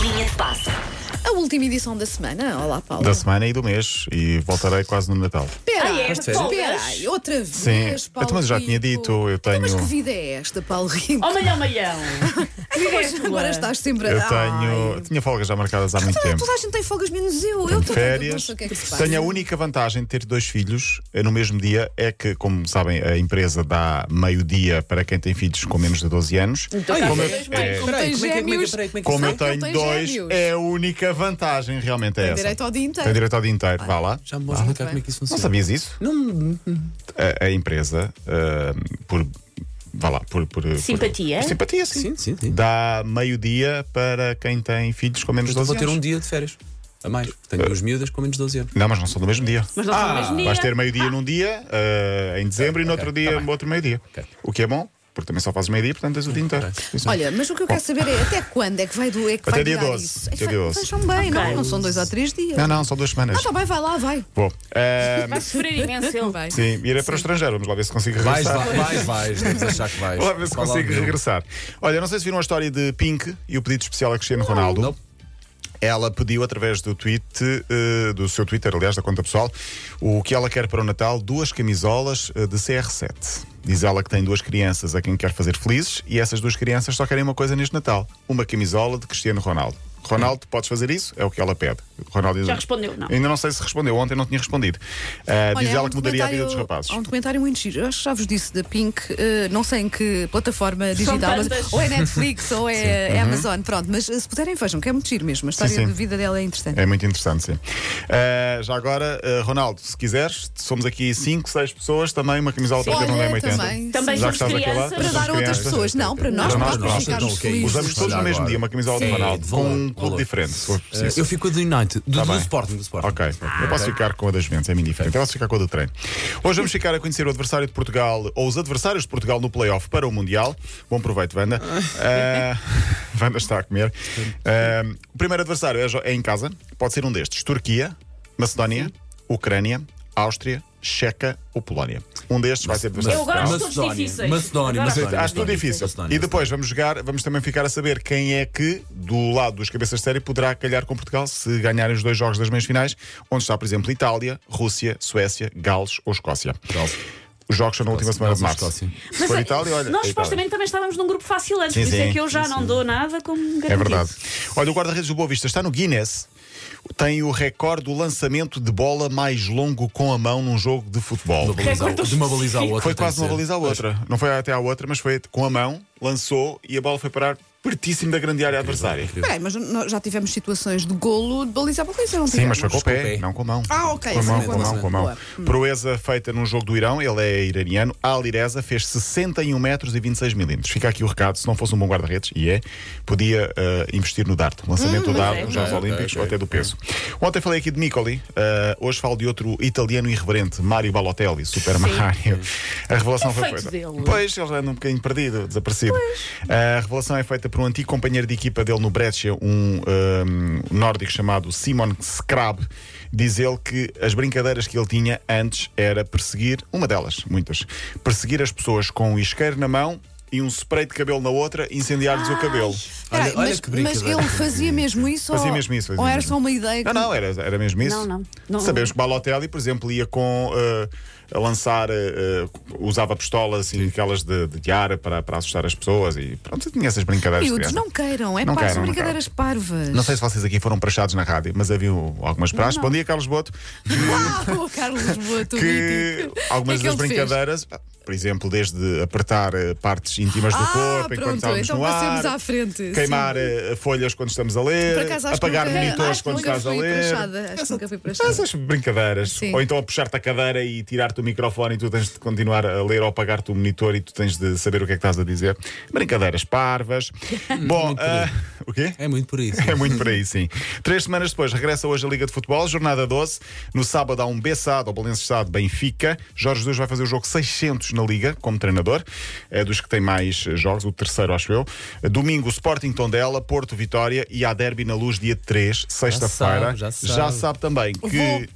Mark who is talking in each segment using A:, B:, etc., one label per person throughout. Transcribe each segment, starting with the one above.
A: Linha de passe.
B: A última edição da semana. Olá, Paulo.
C: Da semana e do mês e voltarei quase no Natal.
B: Espera,
A: Ah, é?
B: espera,
A: Todas?
B: espera aí, outra vez,
C: Sim.
B: Paulo
C: Então, mas eu já
B: Rico.
C: tinha dito, eu
B: Então, Mas
C: tenho-
B: que vida é esta, Paulo Rico?
A: Oh, malhão, malhão.
B: Mas agora estás sempre a
C: Eu
B: Ai. Então,
C: tenho. Tinha folgas já marcadas há muito
B: Toda,
C: tempo.
B: toda a gente tem folgas menos eu. eu
C: Tenho
B: tô- não
C: férias.
B: sei então, o que é que se passa.
C: Tenho a única vantagem de ter dois filhos eh, no mesmo dia é que, como sabem, a empresa dá meio-dia para quem tem filhos com menos de 12 anos.
A: cá
C: como
A: tens dois meios.
C: eh,
B: Como Então, tem
D: Peraí, como é que- como é
B: gêmeos.
D: que- peraí, como é que
C: como
B: Sei
C: eu
B: que ele
C: tenho
B: tem
C: dois,
B: gêmeos.
C: é a única vantagem realmente é
B: Tem
C: essa.
B: direito ao dia inteiro.
C: Tem direito ao dia inteiro. Vá lá.
D: Já me vou explicar como é que isso
C: Não
D: funciona.
C: sabias isso?
D: Não,
C: A, a empresa, eh, por. Vá lá, por. por- por-
A: Simpatia?
C: simpatia, sim.
D: sim, sim, sim.
C: dá meio-dia para quem tem filhos com menos de
D: Mas vou
C: 12
D: ter um
C: anos.
D: dia de férias. A mais. Tenho duas miúdas com menos de 12 anos.
C: Não, mas não são do mesmo dia.
A: Mas não são mais nem.
C: Vais ter meio-dia num dia, eh, em dezembro, e no outro
D: tá
C: dia, outro meio-dia. O que é bom, porque também só fazes meio-dia, portanto tens o dia inteiro. Isso.
B: Olha, mas o que eu quero saber é até quando é que vai do é que
C: Até
B: vai
C: dia
B: durar
C: 12,
B: isso?
C: até dia 12.
B: Vejam bem, não, não são dois ou três dias.
C: Não, não, são duas semanas.
B: Ah, tá bem, vai lá, vai.
C: Bom, eh,
A: Vai sofrer imenso ele.
B: Vai.
C: sim, irei para o estrangeiro, vamos lá ver se consigo
D: Vais,
C: regressar.
D: vai- vais, vais. Vamos achar que vais.
C: Vamos lá ver se
D: Fala
C: consigo
D: algum.
C: regressar. Olha, não sei se viram a história de Pink e o pedido especial a Cristiano Ronaldo.
D: Não.
C: Ela pediu através do tweet, eh, do seu Twitter, aliás, da conta pessoal, o que ela quer para o Natal: duas camisolas eh, de CR7. Diz ela que tem duas crianças a quem quer fazer felizes e essas duas crianças só querem uma coisa neste Natal: uma camisola de Cristiano Ronaldo. Ronaldo, podes fazer isso? É o que ela pede. Ronaldo
A: Já respondeu, não?
C: Ainda não sei se respondeu, ontem não tinha respondido. Eh,
B: Olha,
C: diz
B: há
C: ela
B: um
C: que mudaria a vida dos
B: documentário-
C: rapazes.
B: Há um documentário muito giro. Eu acho que já vos disse da Pink, eh, não sei em que plataforma digital, mas
A: tantas.
B: ou é Netflix ou é é Amazon, pronto. Mas eh, se puderem, vejam, que é muito giro mesmo. A história
C: uh-huh. sim.
B: de vida dela é interessante.
C: É muito interessante, sim. Uh, já agora, uh, Ronaldo, se quiseres, somos aqui 5, 6 pessoas, também uma camisola para cada um é
B: Olha,
C: 80.
B: também.
A: Também
B: sim.
C: Já
A: somos
C: gostaste daquela?
A: crianças.
B: Para
C: Para
B: dar a outras
C: crianças.
B: pessoas. Não, para nós
C: Para nós
B: próprios
C: próprios,
B: ficarmos
D: não, o que é isso?
B: felizes.
C: Usamos todos no
D: Olha
C: mesmo
D: agora.
C: dia uma camisola de
D: Sim.
C: Ronaldo,
D: Valor,
C: com um clube
D: valor.
C: diferente, se for
D: Eh,
C: preciso.
D: Eu fico com a do United. Do,
C: Tá
D: do
C: bem.
D: Sporting. Do Sporting.
C: Ok, eu posso ficar com a das Juventus, é mini diferente. Eu posso ficar com a do treino. Hoje vamos ficar a conhecer o adversário de Portugal, ou os adversários de Portugal no playoff para o Mundial. Bom proveito, Wanda. Ah, Wanda está a comer. Ah, o primeiro adversário é jo- é em casa, pode ser um destes: Turquia, Macedónia, Ucrânia, Áustria, Checa ou Polónia. Um destes vai ser adversário.
A: Eu
C: de Portugal.
A: agora acho todos
D: Macedónia.
A: difíceis.
D: Macedónia,
A: Agora
D: Macedónia.
C: Acho tudo difícil.
D: Macedónia,
C: E depois vamos jogar, vamos também ficar a saber quem é que, do lado dos cabeças de série, poderá calhar com Portugal se ganharem os dois jogos das meias finais, onde está, por exemplo, Itália, Rússia, Suécia, Gales ou Escócia. Os jogos são na última semana de
D: Gales ou
C: março.
D: Escócia.
C: Se for
A: eh,
C: Itália, olha.
A: Nós
C: é Itália.
A: supostamente também estávamos num grupo fácil antes,
C: Sim,
A: por isso é
C: sim,
A: que eu já não dou nada como garantido.
C: É verdade. Olha, o guarda-redes do Boa Vista está no Guinness. Tem o recorde do lançamento de bola mais longo com a mão num jogo de futebol.
D: De uma baliza ao- De uma baliza à outra.
C: Foi
D: tem
C: quase
D: que
C: uma
D: ser.
C: baliza à outra. Não foi até à outra, mas foi com a mão, lançou e a bola foi parar pertíssimo da grande área adversária.
B: Peraí, mas nós já tivemos situações de golo de baliza a baliza, não
C: Sim,
B: tivemos?
C: mas foi com o
D: com o
C: pé,
D: pé.
C: não com a mão.
B: Ah, ok,
C: Com a
B: sim,
C: mão,
B: com
C: com
B: a
C: a mão, com a mão.
B: Boa. Hum.
C: Proeza feita num jogo do Irão, ele é iraniano. A Alireza fez 61 metros e 26 milímetros. Fica aqui o recado: se não fosse um bom guarda-redes, e é, podia eh, investir no dardo.
B: Hum,
C: Lançamento do dardo,
A: é.
C: nos Jogos
D: Ah, ok,
C: Olímpicos
D: ok.
C: ou até do peso. Ontem falei aqui de Nicoli, eh, hoje falo de outro italiano irreverente, Mário Balotelli, Super Mario. A revelação
A: É
C: foi
A: feito
C: feita.
A: dele.
C: Pois, ele anda um bocadinho perdido, desaparecido. A revelação é feita por um antigo companheiro de equipa dele no Brescia, um ehm, nórdico chamado Simon Skrab. Diz ele que as brincadeiras que ele tinha antes era perseguir, uma delas, muitas, perseguir as pessoas com um isqueiro na mão e um spray de cabelo na outra e incendiar-lhes o cabelo.
B: Peraí,
D: Olha- olha
B: mas,
D: que
B: mas
D: brincadeira.
B: ele fazia mesmo isso?
C: Fazia
B: ou-
C: mesmo isso, fazia
B: Ou era
C: mesmo.
B: só uma ideia?
C: Não,
B: que-
C: não, era, era mesmo isso.
A: Não, não. Não-
C: Sabemos que Balotelli, por exemplo, ia com. eh, a lançar, eh, eh, usava pistolas assim, aquelas de, de ar para, para assustar as pessoas e pronto, tinha essas brincadeiras. de
B: Miúdos,
C: criança.
B: não queiram, é
C: Não
B: pá, são
C: queiram, não
B: brincadeiras parvas.
C: Não sei se vocês aqui foram prachados na rádio, mas havia um, algumas praxes. Bom dia, Carlos Boto.
B: Uau, o Carlos Boto,
C: Que
B: mítico.
C: algumas
B: O que é que ele fez?
C: das brincadeiras, por exemplo, desde apertar eh, partes íntimas do
B: Ah,
C: corpo enquanto
B: pronto,
C: estávamos
B: então
C: no
B: passemos
C: ar,
B: à frente,
C: queimar eh, folhas quando estamos a
B: Por
C: ler,
B: acaso, acho que
C: apagar
B: nunca-
C: monitores
B: acho que
C: quando
B: nunca
C: estás a
B: fui
C: ler.
B: prachada, Acho que nunca fui prachada.
C: Essas brincadeiras.
B: Sim.
C: Ou então a puxar-te a cadeira e tirar-te o microfone e tu tens de continuar a ler ou apagar-te o monitor e tu tens de saber o que é que estás a dizer. Brincadeiras parvas. Bom, ah, o quê?
D: É muito por isso.
C: É muito por aí, sim. Três semanas depois, regressa hoje a Liga de Futebol, jornada 12. No sábado há um Bessado ao Balenço Estado Benfica. Jorge Jesus vai fazer o jogo 600 na Liga, como treinador. É dos que tem mais eh, jogos, o terceiro, acho eu. Domingo, Sporting Tondela, Porto Vitória e há derby na luz, dia 3, sexta-feira.
D: sabe, já sabe.
C: também que.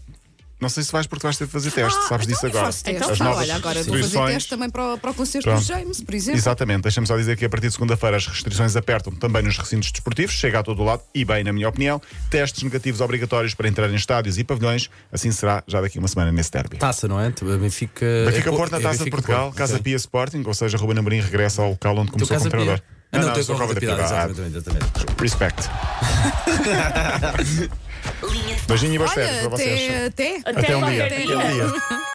C: Não sei se vais porque vais ter de fazer teste, sabes disso agora.
B: Faço Ah, teste.
A: Então
C: As
A: vá,
C: novas
B: olha, agora vou fazer
C: restrições-
B: teste também para, o- para o concerto
C: Pronto.
B: do James, por exemplo.
C: Exatamente, deixa-me só dizer que a partir de segunda-feira as restrições apertam também nos recintos desportivos, chega a todo o lado e bem, na minha opinião, testes negativos obrigatórios para entrar em estádios e pavilhões, assim será já daqui a uma semana nesse derby.
D: Taça, não é? Benfica.
C: Benfica
D: é
C: Porto na
D: é
C: Taça de
D: Benfica
C: Portugal,
D: Porto,
C: Casa
D: ok.
C: Pia Sporting, ou seja, Ruben Amorim regressa ao local onde
D: Tu
C: começou
D: Casa
C: como
D: Pia.
C: treinador.
D: Ah, não, tu
C: sou
D: com
C: Cova
D: Roda
C: da
D: Piedade,
C: Piedade.
D: exatamente, exatamente.
C: Ah, Respect. Beijinho e boas férias
B: Olha,
C: para vocês.
B: até, até.
A: Até
C: um
A: qualquer
C: dia.
A: dia.
C: Até um dia.